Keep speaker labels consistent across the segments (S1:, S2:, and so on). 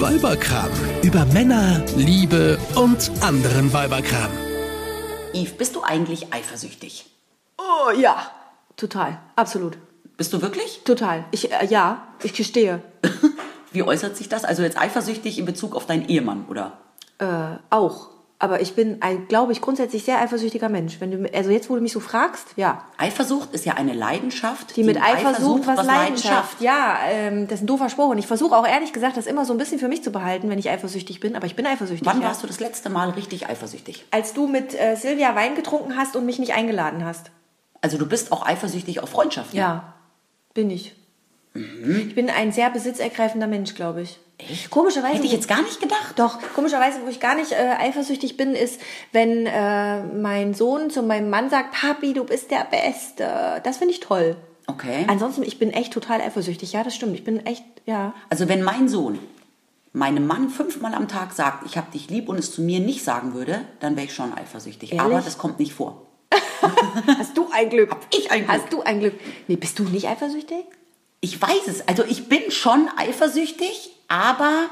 S1: Weiberkram. Über Männer, Liebe und anderen Weiberkram.
S2: Yves, bist du eigentlich eifersüchtig?
S3: Oh ja, total, absolut,
S2: Bist du wirklich?
S3: total. Ich äh, ja, ich gestehe.
S2: Wie äußert sich das? Also jetzt eifersüchtig in Bezug auf deinen Ehemann, oder?
S3: Äh, auch. Aber ich bin ein, glaube ich, grundsätzlich sehr eifersüchtiger Mensch. Wenn du, also jetzt, wo du mich so fragst, ja.
S2: Eifersucht ist ja eine Leidenschaft.
S3: Die mit Eifersucht was, Leidenschaft. Ja, ähm, das ist ein doofer Spruch. Und ich versuche auch ehrlich gesagt, das immer so ein bisschen für mich zu behalten, wenn ich eifersüchtig bin. Aber ich bin eifersüchtig.
S2: Wann
S3: ja.
S2: warst du das letzte Mal richtig eifersüchtig?
S3: Als du mit äh, Silvia Wein getrunken hast und mich nicht eingeladen hast.
S2: Also du bist auch eifersüchtig auf Freundschaften.
S3: Ja, bin ich. Ich bin ein sehr besitzergreifender Mensch, glaube ich.
S2: Mhm. Echt?
S3: Komischerweise.
S2: Hätte ich jetzt gar nicht gedacht.
S3: Doch, komischerweise, wo ich gar nicht äh, eifersüchtig bin, ist, wenn äh, mein Sohn zu meinem Mann sagt, Papi, du bist der Beste. Das finde ich toll.
S2: Okay.
S3: Ansonsten, ich bin echt total eifersüchtig. Ja, das stimmt. Ich bin echt, ja.
S2: Also wenn mein Sohn meinem Mann fünfmal am Tag sagt, ich hab dich lieb und es zu mir nicht sagen würde, dann wäre ich schon eifersüchtig.
S3: Ehrlich?
S2: Aber das kommt nicht vor.
S3: Hast du ein Glück. Hab
S2: ich ein Glück.
S3: Hast du ein Glück. Nee, bist du nicht eifersüchtig?
S2: Ich weiß es. Also ich bin schon eifersüchtig, aber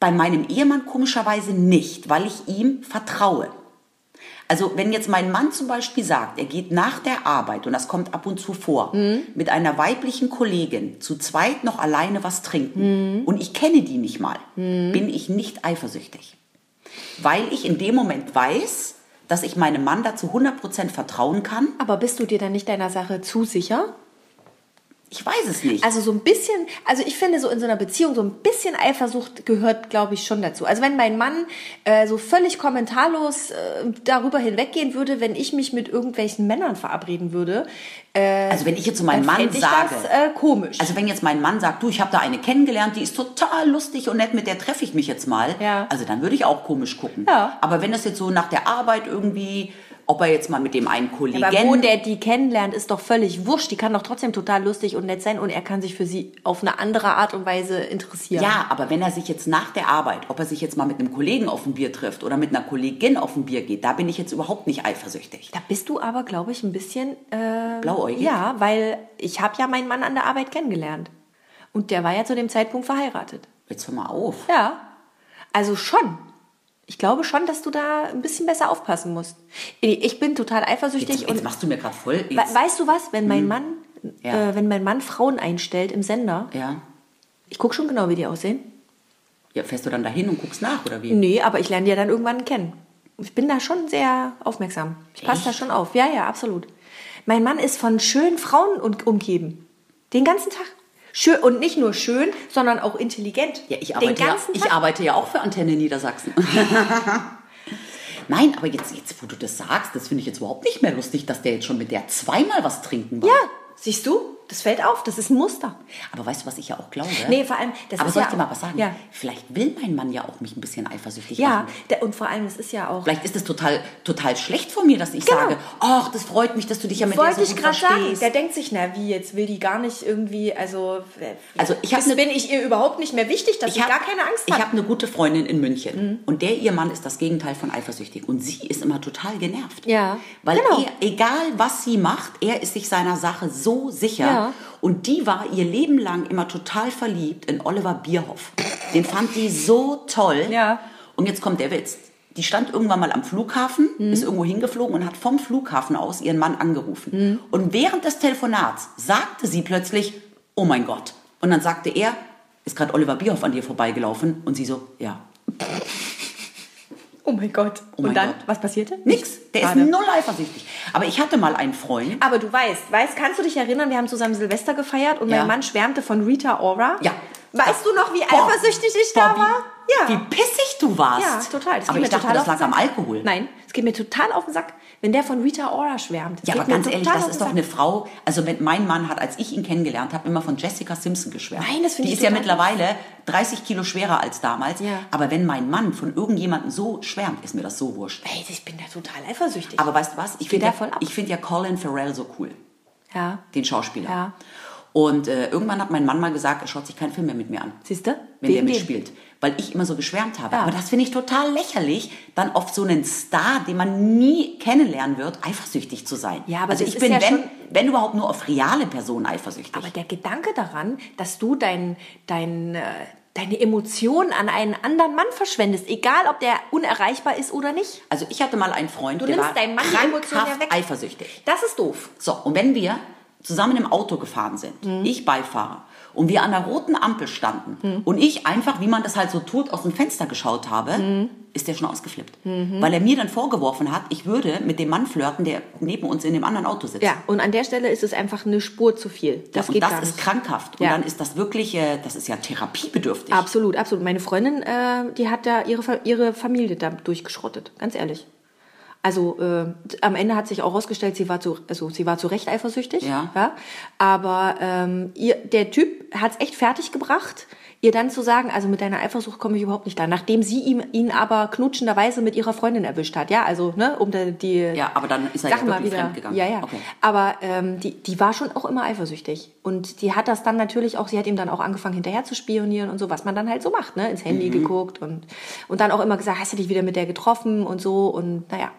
S2: bei meinem Ehemann komischerweise nicht, weil ich ihm vertraue. Also wenn jetzt mein Mann zum Beispiel sagt, er geht nach der Arbeit, und das kommt ab und zu vor,
S3: Mhm.
S2: mit einer weiblichen Kollegin zu zweit noch alleine was
S3: Mhm.
S2: trinken und ich kenne die nicht mal, bin ich nicht eifersüchtig. Weil ich in dem Moment weiß, dass ich meinem Mann dazu 100% vertrauen kann.
S3: Aber bist du dir dann nicht deiner Sache zu sicher?
S2: Ich weiß es nicht.
S3: Also so ein bisschen, also ich finde so in so einer Beziehung so ein bisschen Eifersucht gehört, glaube ich, schon dazu. Also wenn mein Mann äh, so völlig kommentarlos äh, darüber hinweggehen würde, wenn ich mich mit irgendwelchen Männern verabreden würde,
S2: also wenn ich jetzt zu meinem
S3: dann
S2: Mann
S3: fände ich
S2: sage...
S3: das äh, komisch.
S2: Also wenn jetzt mein Mann sagt, du, ich habe da eine kennengelernt, die ist total lustig und nett, mit der treffe ich mich jetzt mal.
S3: Ja.
S2: Also dann würde ich auch komisch gucken.
S3: Ja.
S2: Aber wenn das jetzt so nach der Arbeit irgendwie, ob er jetzt mal mit dem einen Kollegen...
S3: aber wo der die kennenlernt, ist doch völlig wurscht. Die kann doch trotzdem total lustig und nett sein und er kann sich für sie auf eine andere Art und Weise interessieren.
S2: ja, aber wenn er sich jetzt nach der Arbeit, ob er sich jetzt mal mit einem Kollegen auf ein Bier trifft oder mit einer Kollegin auf ein Bier geht, da bin ich jetzt überhaupt nicht eifersüchtig.
S3: Da bist du aber, glaube ich, ein bisschen äh,
S2: Blauäugig?
S3: Ja, weil ich habe ja meinen Mann an der Arbeit kennengelernt. Und der war ja zu dem Zeitpunkt verheiratet.
S2: Jetzt hör mal auf.
S3: Ja. Also schon. Ich glaube schon, dass du da ein bisschen besser aufpassen musst. Ich bin total eifersüchtig
S2: Jetzt,
S3: und
S2: jetzt machst du mir gerade voll...
S3: we
S2: Jetzt, Mhm.
S3: weißt du was, wenn mein Mann
S2: Ja.
S3: äh, wenn mein Mann Frauen einstellt im Sender,
S2: ja.
S3: ich gucke schon genau, wie die aussehen.
S2: ja, fährst du dann dahin und guckst nach oder wie?
S3: Nee, aber ich lerne die ja dann irgendwann kennen. Ich bin da schon sehr aufmerksam. Ich passe da schon auf. Ja, ja, absolut. Mein Mann ist von schönen Frauen un- umgeben. Den ganzen Tag. Schön, und nicht nur schön, sondern auch intelligent.
S2: Ja, ich
S3: Den
S2: arbeite, ja,
S3: ganzen
S2: ich
S3: Tag.
S2: arbeite ja auch für Antenne Niedersachsen. Nein, aber jetzt, jetzt, wo du das sagst, das finde ich jetzt überhaupt nicht mehr lustig, dass der jetzt schon mit der zweimal was trinken war.
S3: Ja, siehst du? Das fällt auf. Das ist ein Muster.
S2: Aber weißt du, was ich ja auch glaube?
S3: Nee, vor allem, das
S2: aber
S3: ist
S2: soll
S3: ja
S2: ich dir mal was sagen?
S3: Ja.
S2: Vielleicht will mein Mann ja auch mich ein bisschen eifersüchtig
S3: Ja,
S2: machen.
S3: der, und vor allem, es ist ja auch.
S2: Vielleicht ist es total, total schlecht von mir, dass ich
S3: Genau.
S2: sage, ach, das freut mich, dass du dich ja mit
S3: Wollte
S2: der so
S3: ich
S2: gut
S3: gerade sagen,
S2: verstehst.
S3: der denkt sich, na wie, jetzt will die gar nicht irgendwie, also, äh,
S2: Also, ich hab
S3: bis-
S2: ne-
S3: bin ich ihr überhaupt nicht mehr wichtig, dass ich,
S2: hab-
S3: gar keine Angst
S2: Ich
S3: Mhm. habe.
S2: habe eine gute Freundin in München und der ihr Mann ist das Gegenteil von eifersüchtig und sie ist immer total genervt.
S3: Ja,
S2: Weil
S3: genau.
S2: er, egal was sie macht, er ist sich seiner Sache so sicher
S3: Ja.
S2: und die war ihr Leben lang immer total verliebt in Oliver Bierhoff. Den fand die so toll.
S3: Ja.
S2: Und jetzt kommt der Witz. Die stand irgendwann mal am Flughafen,
S3: Mhm.
S2: ist irgendwo hingeflogen und hat vom Flughafen aus ihren Mann angerufen.
S3: Mhm.
S2: Und während des Telefonats sagte sie plötzlich, oh mein Gott. Und dann sagte er, ist gerade Oliver Bierhoff an dir vorbeigelaufen? Und sie so, ja.
S3: oh mein Gott.
S2: Oh mein
S3: und dann,
S2: Gott.
S3: was passierte?
S2: Nix. Der
S3: Schade.
S2: ist null eifersüchtig. Aber ich hatte mal einen Freund.
S3: Aber du weißt, weißt, kannst du dich erinnern, wir haben zusammen Silvester gefeiert und
S2: Ja.
S3: mein Mann schwärmte von Rita Ora.
S2: Ja.
S3: Weißt du noch, wie
S2: Boah,
S3: eifersüchtig ich da
S2: Bobby,
S3: war?
S2: Ja. Wie pissig du warst.
S3: Ja, total. Das
S2: Aber
S3: geht
S2: ich
S3: mir
S2: dachte,
S3: total
S2: das
S3: auf
S2: lag
S3: den
S2: am
S3: Sack.
S2: Alkohol.
S3: Nein, es geht mir total auf den Sack, wenn der von Rita Ora schwärmt. Es
S2: Ja,
S3: geht
S2: aber
S3: mir
S2: ganz ehrlich,
S3: total
S2: das
S3: auf
S2: ist
S3: den
S2: doch
S3: Sack.
S2: eine Frau. Also mit, mein Mann hat, als ich ihn kennengelernt habe, immer von Jessica Simpson geschwärmt.
S3: Nein, das finde
S2: Die
S3: ich
S2: ist ja
S3: total
S2: mittlerweile 30 Kilo schwerer als damals.
S3: Ja.
S2: Aber wenn mein Mann von irgendjemandem so schwärmt, ist mir das so wurscht.
S3: Ey, ich bin da total eifersüchtig.
S2: Aber weißt du was? Ich
S3: Geht
S2: finde
S3: da
S2: ja,
S3: voll ab.
S2: ich finde ja Colin Farrell so cool,
S3: ja,
S2: den Schauspieler.
S3: Ja.
S2: Und äh, irgendwann hat mein Mann mal gesagt, er schaut sich keinen Film mehr mit mir an.
S3: siehst du?
S2: wenn der mitspielt, weil ich immer so geschwärmt habe.
S3: Ja.
S2: Aber das finde ich total lächerlich, dann auf so einen Star, den man nie kennenlernen wird, eifersüchtig zu sein.
S3: Ja, aber
S2: also
S3: das
S2: ich
S3: ist
S2: bin,
S3: ja
S2: wenn,
S3: schon-
S2: wenn überhaupt, nur auf reale Personen eifersüchtig.
S3: Aber der Gedanke daran, dass du dein, dein, äh, deine Emotionen an einen anderen Mann verschwendest, egal ob der unerreichbar ist oder nicht.
S2: Also ich hatte mal einen Freund,
S3: Du
S2: der
S3: nimmst
S2: war
S3: deinem Mann die
S2: krankhaft
S3: Emotionen ja weg.
S2: eifersüchtig.
S3: Das ist doof.
S2: So, und wenn wir zusammen im Auto gefahren sind,
S3: Mhm.
S2: ich Beifahrer, und wir an der roten Ampel standen und ich einfach, wie man das halt so tut, aus dem Fenster geschaut habe,
S3: Mhm.
S2: ist der schon ausgeflippt. Weil er mir dann vorgeworfen hat, ich würde mit dem Mann flirten, der neben uns in dem anderen Auto sitzt.
S3: Ja, und an der Stelle ist es einfach eine Spur zu viel. Das
S2: und
S3: geht
S2: das
S3: gar
S2: ist
S3: nicht.
S2: krankhaft. Und
S3: Ja.
S2: dann ist das wirklich, äh, das ist ja therapiebedürftig.
S3: Absolut, absolut. Meine Freundin, äh, die hat da ihre, Fa- ihre Familie da durchgeschrottet, ganz ehrlich. Also äh, am Ende hat sich auch herausgestellt, sie war zu, also sie war zu Recht eifersüchtig.
S2: Ja.
S3: Aber ähm, ihr, der Typ hat es echt fertig gebracht, ihr dann zu sagen, also mit deiner Eifersucht komme ich überhaupt nicht klar. Nachdem sie ihm, ihn aber knutschenderweise mit ihrer Freundin erwischt hat. Ja, also ne, um da, die
S2: Ja, aber dann ist er
S3: Sag
S2: ja
S3: mal
S2: wirklich
S3: wieder.
S2: fremdgegangen.
S3: Ja, ja.
S2: Okay.
S3: Aber ähm, die, die war schon auch immer eifersüchtig. Und die hat das dann natürlich auch, sie hat ihm dann auch angefangen, hinterher zu spionieren und so, was man dann halt so macht, ne? Ins
S2: Mhm.
S3: Handy geguckt und, und dann auch immer gesagt, hast du dich wieder mit der getroffen und so und naja.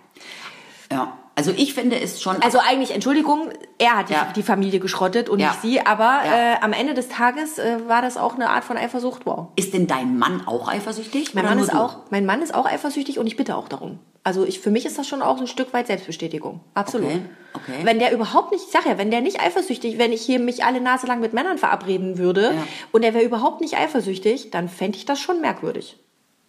S2: Ja. Also ich finde es schon,
S3: Also eigentlich, Entschuldigung, er hat die,
S2: Ja.
S3: die Familie geschrottet und
S2: Ja.
S3: nicht sie, aber
S2: Ja.
S3: äh, am Ende des Tages äh, war das auch eine Art von Eifersucht, wow.
S2: ist denn dein Mann auch eifersüchtig?
S3: Mein
S2: Oder
S3: Mann,
S2: nur
S3: ist
S2: du?
S3: auch, mein Mann ist auch eifersüchtig und ich bitte auch darum. Also ich, für mich ist das schon auch ein Stück weit Selbstbestätigung. Absolut.
S2: Okay, okay.
S3: Wenn der überhaupt nicht, ich sag ja, wenn der nicht eifersüchtig, wenn ich hier mich alle Nase lang mit Männern verabreden würde
S2: Ja.
S3: und er wäre überhaupt nicht eifersüchtig, dann fände ich das schon merkwürdig.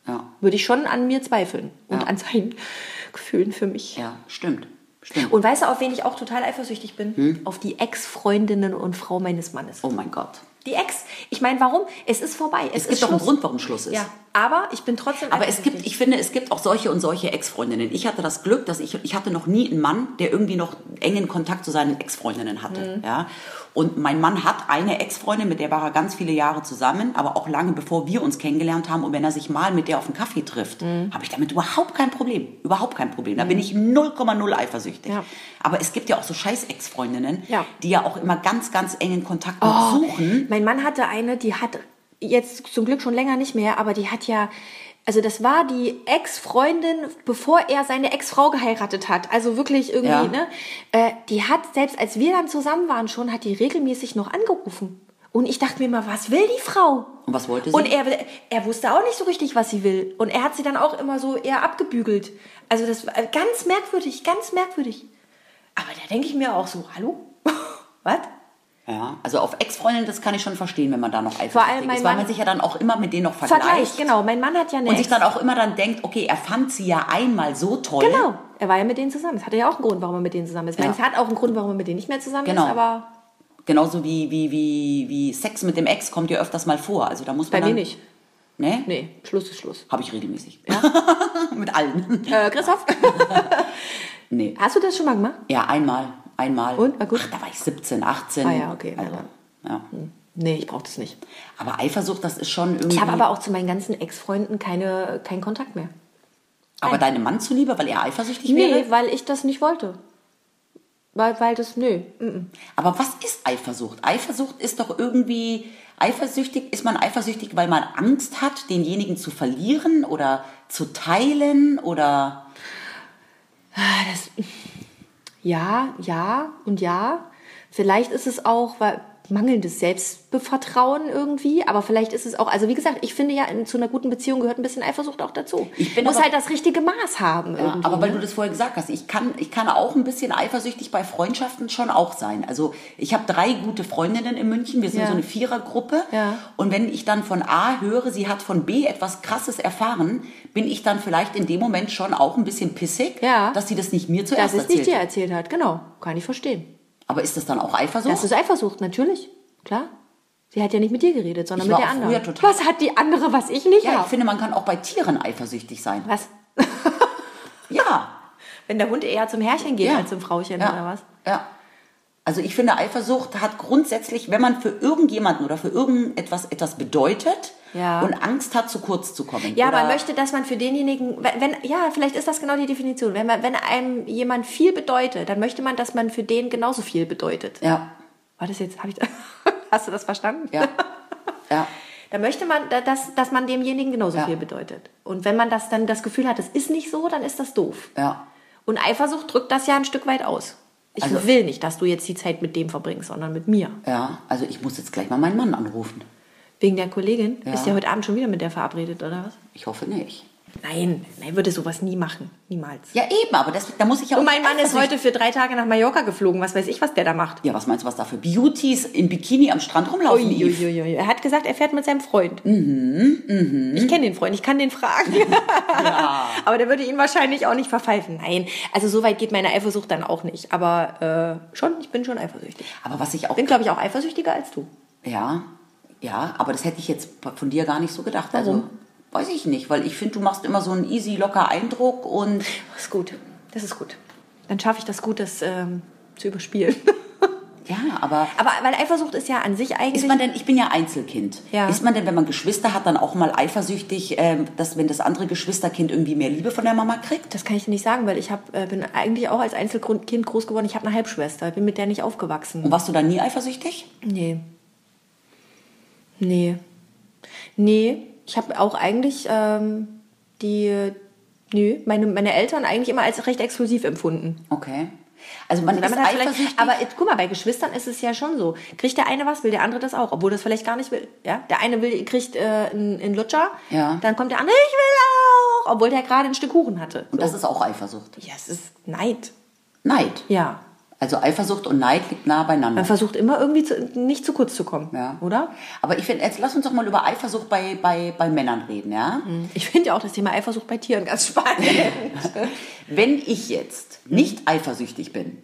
S2: Ja,
S3: Würde ich schon an mir zweifeln und
S2: Ja.
S3: an seinen Gefühlen für mich.
S2: ja, stimmt. Stimmt.
S3: Und weißt du, auf wen ich auch total eifersüchtig bin?
S2: Hm?
S3: Auf die Ex-Freundinnen und Frau meines Mannes.
S2: oh mein Gott.
S3: Die Ex, ich meine, warum? Es ist vorbei.
S2: Es
S3: Es,
S2: gibt
S3: ist
S2: doch einen
S3: Schluss.
S2: Grund, warum Schluss ist.
S3: Ja, aber ich bin trotzdem.
S2: Aber es
S3: eifersüchtig.
S2: gibt, ich finde, es gibt auch solche und solche Ex-Freundinnen. Ich hatte das Glück, dass ich, ich hatte noch nie einen Mann, der irgendwie noch engen Kontakt zu seinen Ex-Freundinnen hatte.
S3: Mhm.
S2: Ja? Und mein Mann hat eine Ex-Freundin, mit der war er ganz viele Jahre zusammen, aber auch lange bevor wir uns kennengelernt haben. Und wenn er sich mal mit der auf einen Kaffee trifft,
S3: Mhm.
S2: habe ich damit überhaupt kein Problem. Überhaupt kein Problem. Da bin ich 0,0 eifersüchtig.
S3: Ja.
S2: Aber es gibt ja auch so scheiß Ex-Freundinnen,
S3: Ja. Oh.
S2: die ja auch immer ganz, ganz engen Kontakt suchen.
S3: Mein Mann hatte eine, die hat jetzt zum Glück schon länger nicht mehr, aber die hat ja, also das war die Ex-Freundin, bevor er seine Ex-Frau geheiratet hat. Also wirklich irgendwie,
S2: Ja.
S3: ne? Äh, die hat, selbst als wir dann zusammen waren schon, hat die regelmäßig noch angerufen. Und ich dachte mir mal, was will die Frau?
S2: Und was wollte sie?
S3: Und er, er wusste auch nicht so richtig, was sie will. Und er hat sie dann auch immer so eher abgebügelt. Also das war ganz merkwürdig, ganz merkwürdig. Aber da denke ich mir auch so, hallo? was?
S2: Ja, also auf Ex-Freundinnen, das kann ich schon verstehen, wenn man da noch eifersüchtig
S3: Vor allem mein
S2: ist, weil
S3: Mann-
S2: man sich ja dann auch immer mit denen noch vergleicht.
S3: Vergleich, genau. Mein Mann hat ja eine
S2: Und sich
S3: Ex-
S2: dann auch immer dann denkt, okay, er fand sie ja einmal so toll.
S3: Genau. Er war ja mit denen zusammen. Es hatte ja auch einen Grund, warum er mit denen zusammen ist. Ich meine,
S2: Ja.
S3: es hat auch einen Grund, warum er mit denen nicht mehr zusammen
S2: Genau.
S3: ist, aber
S2: Genauso wie, wie, wie, wie Sex mit dem Ex kommt ja öfters mal vor. Also da muss
S3: bei
S2: man
S3: mir
S2: dann,
S3: nicht.
S2: Ne?
S3: Nee, Schluss ist Schluss.
S2: Habe ich regelmäßig. mit allen.
S3: Äh, Christoph?
S2: Nee.
S3: Hast du das schon mal gemacht?
S2: Ja, einmal. Einmal.
S3: Und? War gut?
S2: Ach, da war ich 17, 18.
S3: Ah ja, okay,
S2: Also,
S3: na
S2: ja.
S3: Nee, ich brauche das nicht.
S2: Aber Eifersucht, das ist schon irgendwie...
S3: Ich habe aber auch zu meinen ganzen Ex-Freunden keine, keinen Kontakt mehr.
S2: aber deinem Mann zuliebe, weil er eifersüchtig
S3: Nee,
S2: wäre?
S3: weil ich das nicht wollte. Weil, weil das, nö. mhm.
S2: Aber was ist Eifersucht? Eifersucht ist doch irgendwie eifersüchtig. Ist man eifersüchtig, weil man Angst hat, denjenigen zu verlieren oder zu teilen oder
S3: Ja, ja und ja. Vielleicht ist es auch weil, mangelndes Selbstvertrauen irgendwie, aber vielleicht ist es auch, also wie gesagt, ich finde ja, in, zu einer guten Beziehung gehört ein bisschen Eifersucht auch dazu.
S2: Ich bin
S3: Muss
S2: aber-
S3: halt das richtige Maß haben
S2: Ja,
S3: irgendwie.
S2: aber weil du das vorher gesagt hast, ich kann, ich kann auch ein bisschen eifersüchtig bei Freundschaften schon auch sein. Also ich habe drei gute Freundinnen in München, wir sind
S3: Ja.
S2: so eine Vierergruppe.
S3: Ja.
S2: Und wenn ich dann von A höre, sie hat von B etwas Krasses erfahren, bin ich dann vielleicht in dem Moment schon auch ein bisschen pissig,
S3: Ja.
S2: dass sie das nicht mir
S3: dass
S2: zuerst
S3: es
S2: erzählt.
S3: nicht dir erzählt hat, genau. Kann ich verstehen.
S2: Aber ist das dann auch Eifersucht?
S3: Das ist Eifersucht, natürlich. Klar. Sie hat ja nicht mit dir geredet, sondern
S2: Ich war
S3: mit der
S2: auch
S3: anderen.
S2: früher total-
S3: Was hat die andere, was ich nicht
S2: ja, ich
S3: habe?
S2: finde, man kann auch bei Tieren eifersüchtig sein.
S3: Was?
S2: Ja.
S3: Wenn der Hund eher zum Herrchen geht
S2: ja.
S3: als zum Frauchen
S2: ja.
S3: oder was?
S2: Ja. Also ich finde, Eifersucht hat grundsätzlich, wenn man für irgendjemanden oder für irgendetwas etwas bedeutet
S3: Ja.
S2: und Angst hat, zu kurz zu kommen.
S3: Ja,
S2: oder,
S3: man möchte, dass man für denjenigen, wenn, wenn, ja, vielleicht ist das genau die Definition. Wenn, man, wenn einem jemand viel bedeutet, dann möchte man, dass man für den genauso viel bedeutet.
S2: Ja,
S3: War das jetzt, hab ich, hast du das verstanden?
S2: ja, ja,
S3: Da möchte man, da- dass, dass man demjenigen genauso
S2: Ja.
S3: viel bedeutet. Und wenn man das dann das Gefühl hat, das ist nicht so, dann ist das doof.
S2: ja.
S3: Und Eifersucht drückt das ja ein Stück weit aus. Ich
S2: Also-
S3: will nicht, dass du jetzt die Zeit mit dem verbringst, sondern mit mir.
S2: Ja, also ich muss jetzt gleich mal meinen Mann anrufen.
S3: Wegen der Kollegin?
S2: Ja.
S3: Ist ja heute Abend schon wieder mit der verabredet, oder was?
S2: Ich hoffe nicht.
S3: Nein, nein, würde sowas nie machen. Niemals.
S2: Ja, eben, aber das, da muss ich ja
S3: Und Oh mein
S2: nicht
S3: Mann ist
S2: eifersüchtig-
S3: heute für drei Tage nach Mallorca geflogen. Was weiß ich, was der da macht.
S2: Ja, was meinst du, was da für Beauties in Bikini am Strand rumlaufen? Eve?
S3: Uiuiui. Er hat gesagt, er fährt mit seinem Freund. Mhm, Ich kenne den Freund, ich kann den fragen. Aber der würde ihn wahrscheinlich auch nicht verpfeifen. Nein, also so weit geht meine Eifersucht dann auch nicht. Aber äh, schon, ich bin schon eifersüchtig.
S2: Aber was ich auch.
S3: Bin, glaube ich, auch eifersüchtiger als du.
S2: Ja, ja, aber das hätte ich jetzt von dir gar nicht so gedacht. Also,
S3: Warum?
S2: weiß ich nicht, weil ich finde, du machst immer so einen easy, locker Eindruck und.
S3: Das ist gut. Das ist gut. Dann schaffe ich das gut, das ähm, zu überspielen.
S2: Ja, aber.
S3: Aber weil Eifersucht ist ja an sich eigentlich.
S2: Ist man denn, ich bin ja Einzelkind.
S3: Ja.
S2: Ist man denn, wenn man Geschwister hat, dann auch mal eifersüchtig, ähm, dass wenn das andere Geschwisterkind irgendwie mehr Liebe von der Mama kriegt?
S3: das kann ich dir nicht sagen, weil ich hab, äh, bin eigentlich auch als Einzelkind groß geworden. Ich habe eine Halbschwester, bin mit der nicht aufgewachsen.
S2: Und warst du da nie eifersüchtig?
S3: Nee. Nee. Nee, ich habe auch eigentlich ähm, die, nö, meine, meine Eltern eigentlich immer als recht exklusiv empfunden.
S2: Okay. Also man
S3: Weil
S2: ist
S3: man hat vielleicht-
S2: eifersüchtig.
S3: aber jetzt, guck mal, bei Geschwistern ist es ja schon so. Kriegt der eine was, will der andere das auch, obwohl das vielleicht gar nicht will. Ja? Der eine will, kriegt äh, einen, einen Lutscher,
S2: Ja.
S3: dann kommt der andere, ich will auch, obwohl der gerade ein Stück Kuchen hatte.
S2: und das ist auch Eifersucht.
S3: Ja, es ist Neid.
S2: Neid.
S3: Ja.
S2: Also Eifersucht und Neid liegt nah beieinander.
S3: Man versucht immer irgendwie zu, nicht zu kurz zu kommen,
S2: Ja.
S3: oder?
S2: Aber ich finde, jetzt lass uns doch mal über Eifersucht bei, bei, bei Männern reden, ja?
S3: Ich finde ja auch das Thema Eifersucht bei Tieren ganz spannend.
S2: Wenn ich jetzt nicht eifersüchtig bin,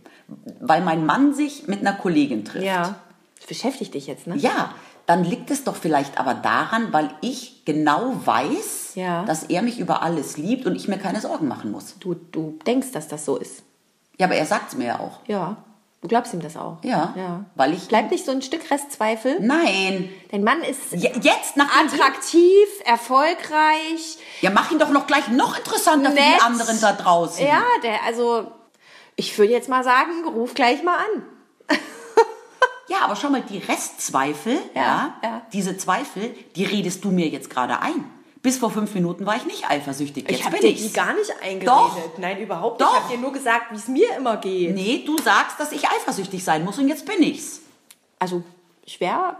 S2: weil mein Mann sich mit einer Kollegin trifft,
S3: ja. Das beschäftigt dich jetzt, ne?
S2: ja, dann liegt es doch vielleicht aber daran, weil ich genau weiß,
S3: Ja.
S2: dass er mich über alles liebt und ich mir keine Sorgen machen muss.
S3: Du, du denkst, dass das so ist.
S2: Ja, aber er sagt es mir ja auch.
S3: Ja. Du glaubst ihm das auch.
S2: Ja, Hm?
S3: ja.
S2: weil ich-
S3: Bleibt nicht so ein Stück Restzweifel.
S2: Nein,
S3: Dein Mann ist
S2: je- jetzt nach
S3: attraktiv, erfolgreich,
S2: Ja, mach ihn doch noch gleich noch interessanter für
S3: nett.
S2: die anderen da draußen.
S3: Ja, der, also, ich würde jetzt mal sagen, ruf gleich mal an.
S2: Ja, aber schau mal, die Restzweifel, ja,
S3: Ja, ja.
S2: diese Zweifel, die redest du mir jetzt gerade ein. Bis vor fünf Minuten war ich nicht eifersüchtig. Jetzt
S3: ich habe
S2: bin
S3: dir
S2: ich's.
S3: die gar nicht eingeredet.
S2: Doch.
S3: Nein, überhaupt
S2: Doch.
S3: nicht. Ich habe dir nur gesagt, wie es mir immer geht.
S2: Nee, du sagst, dass ich eifersüchtig sein muss und jetzt bin ich's.
S3: Also, ich wäre,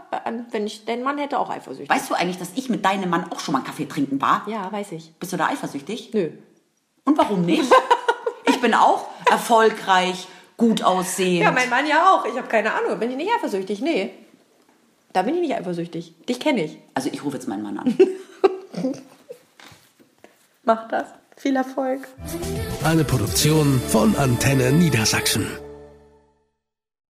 S3: wenn ich deinen Mann hätte, auch eifersüchtig.
S2: Weißt du eigentlich, dass ich mit deinem Mann auch schon mal einen Kaffee trinken war?
S3: Ja, weiß ich.
S2: Bist du da eifersüchtig?
S3: Nö.
S2: Und warum nicht? ich bin auch erfolgreich, gut aussehend.
S3: Ja, mein Mann ja auch. Ich habe keine Ahnung. Bin ich nicht eifersüchtig? Nee. Da bin ich nicht eifersüchtig. Dich kenne ich.
S2: also ich rufe jetzt meinen Mann an.
S3: Mach das. Viel Erfolg.
S1: Eine Produktion von Antenne Niedersachsen.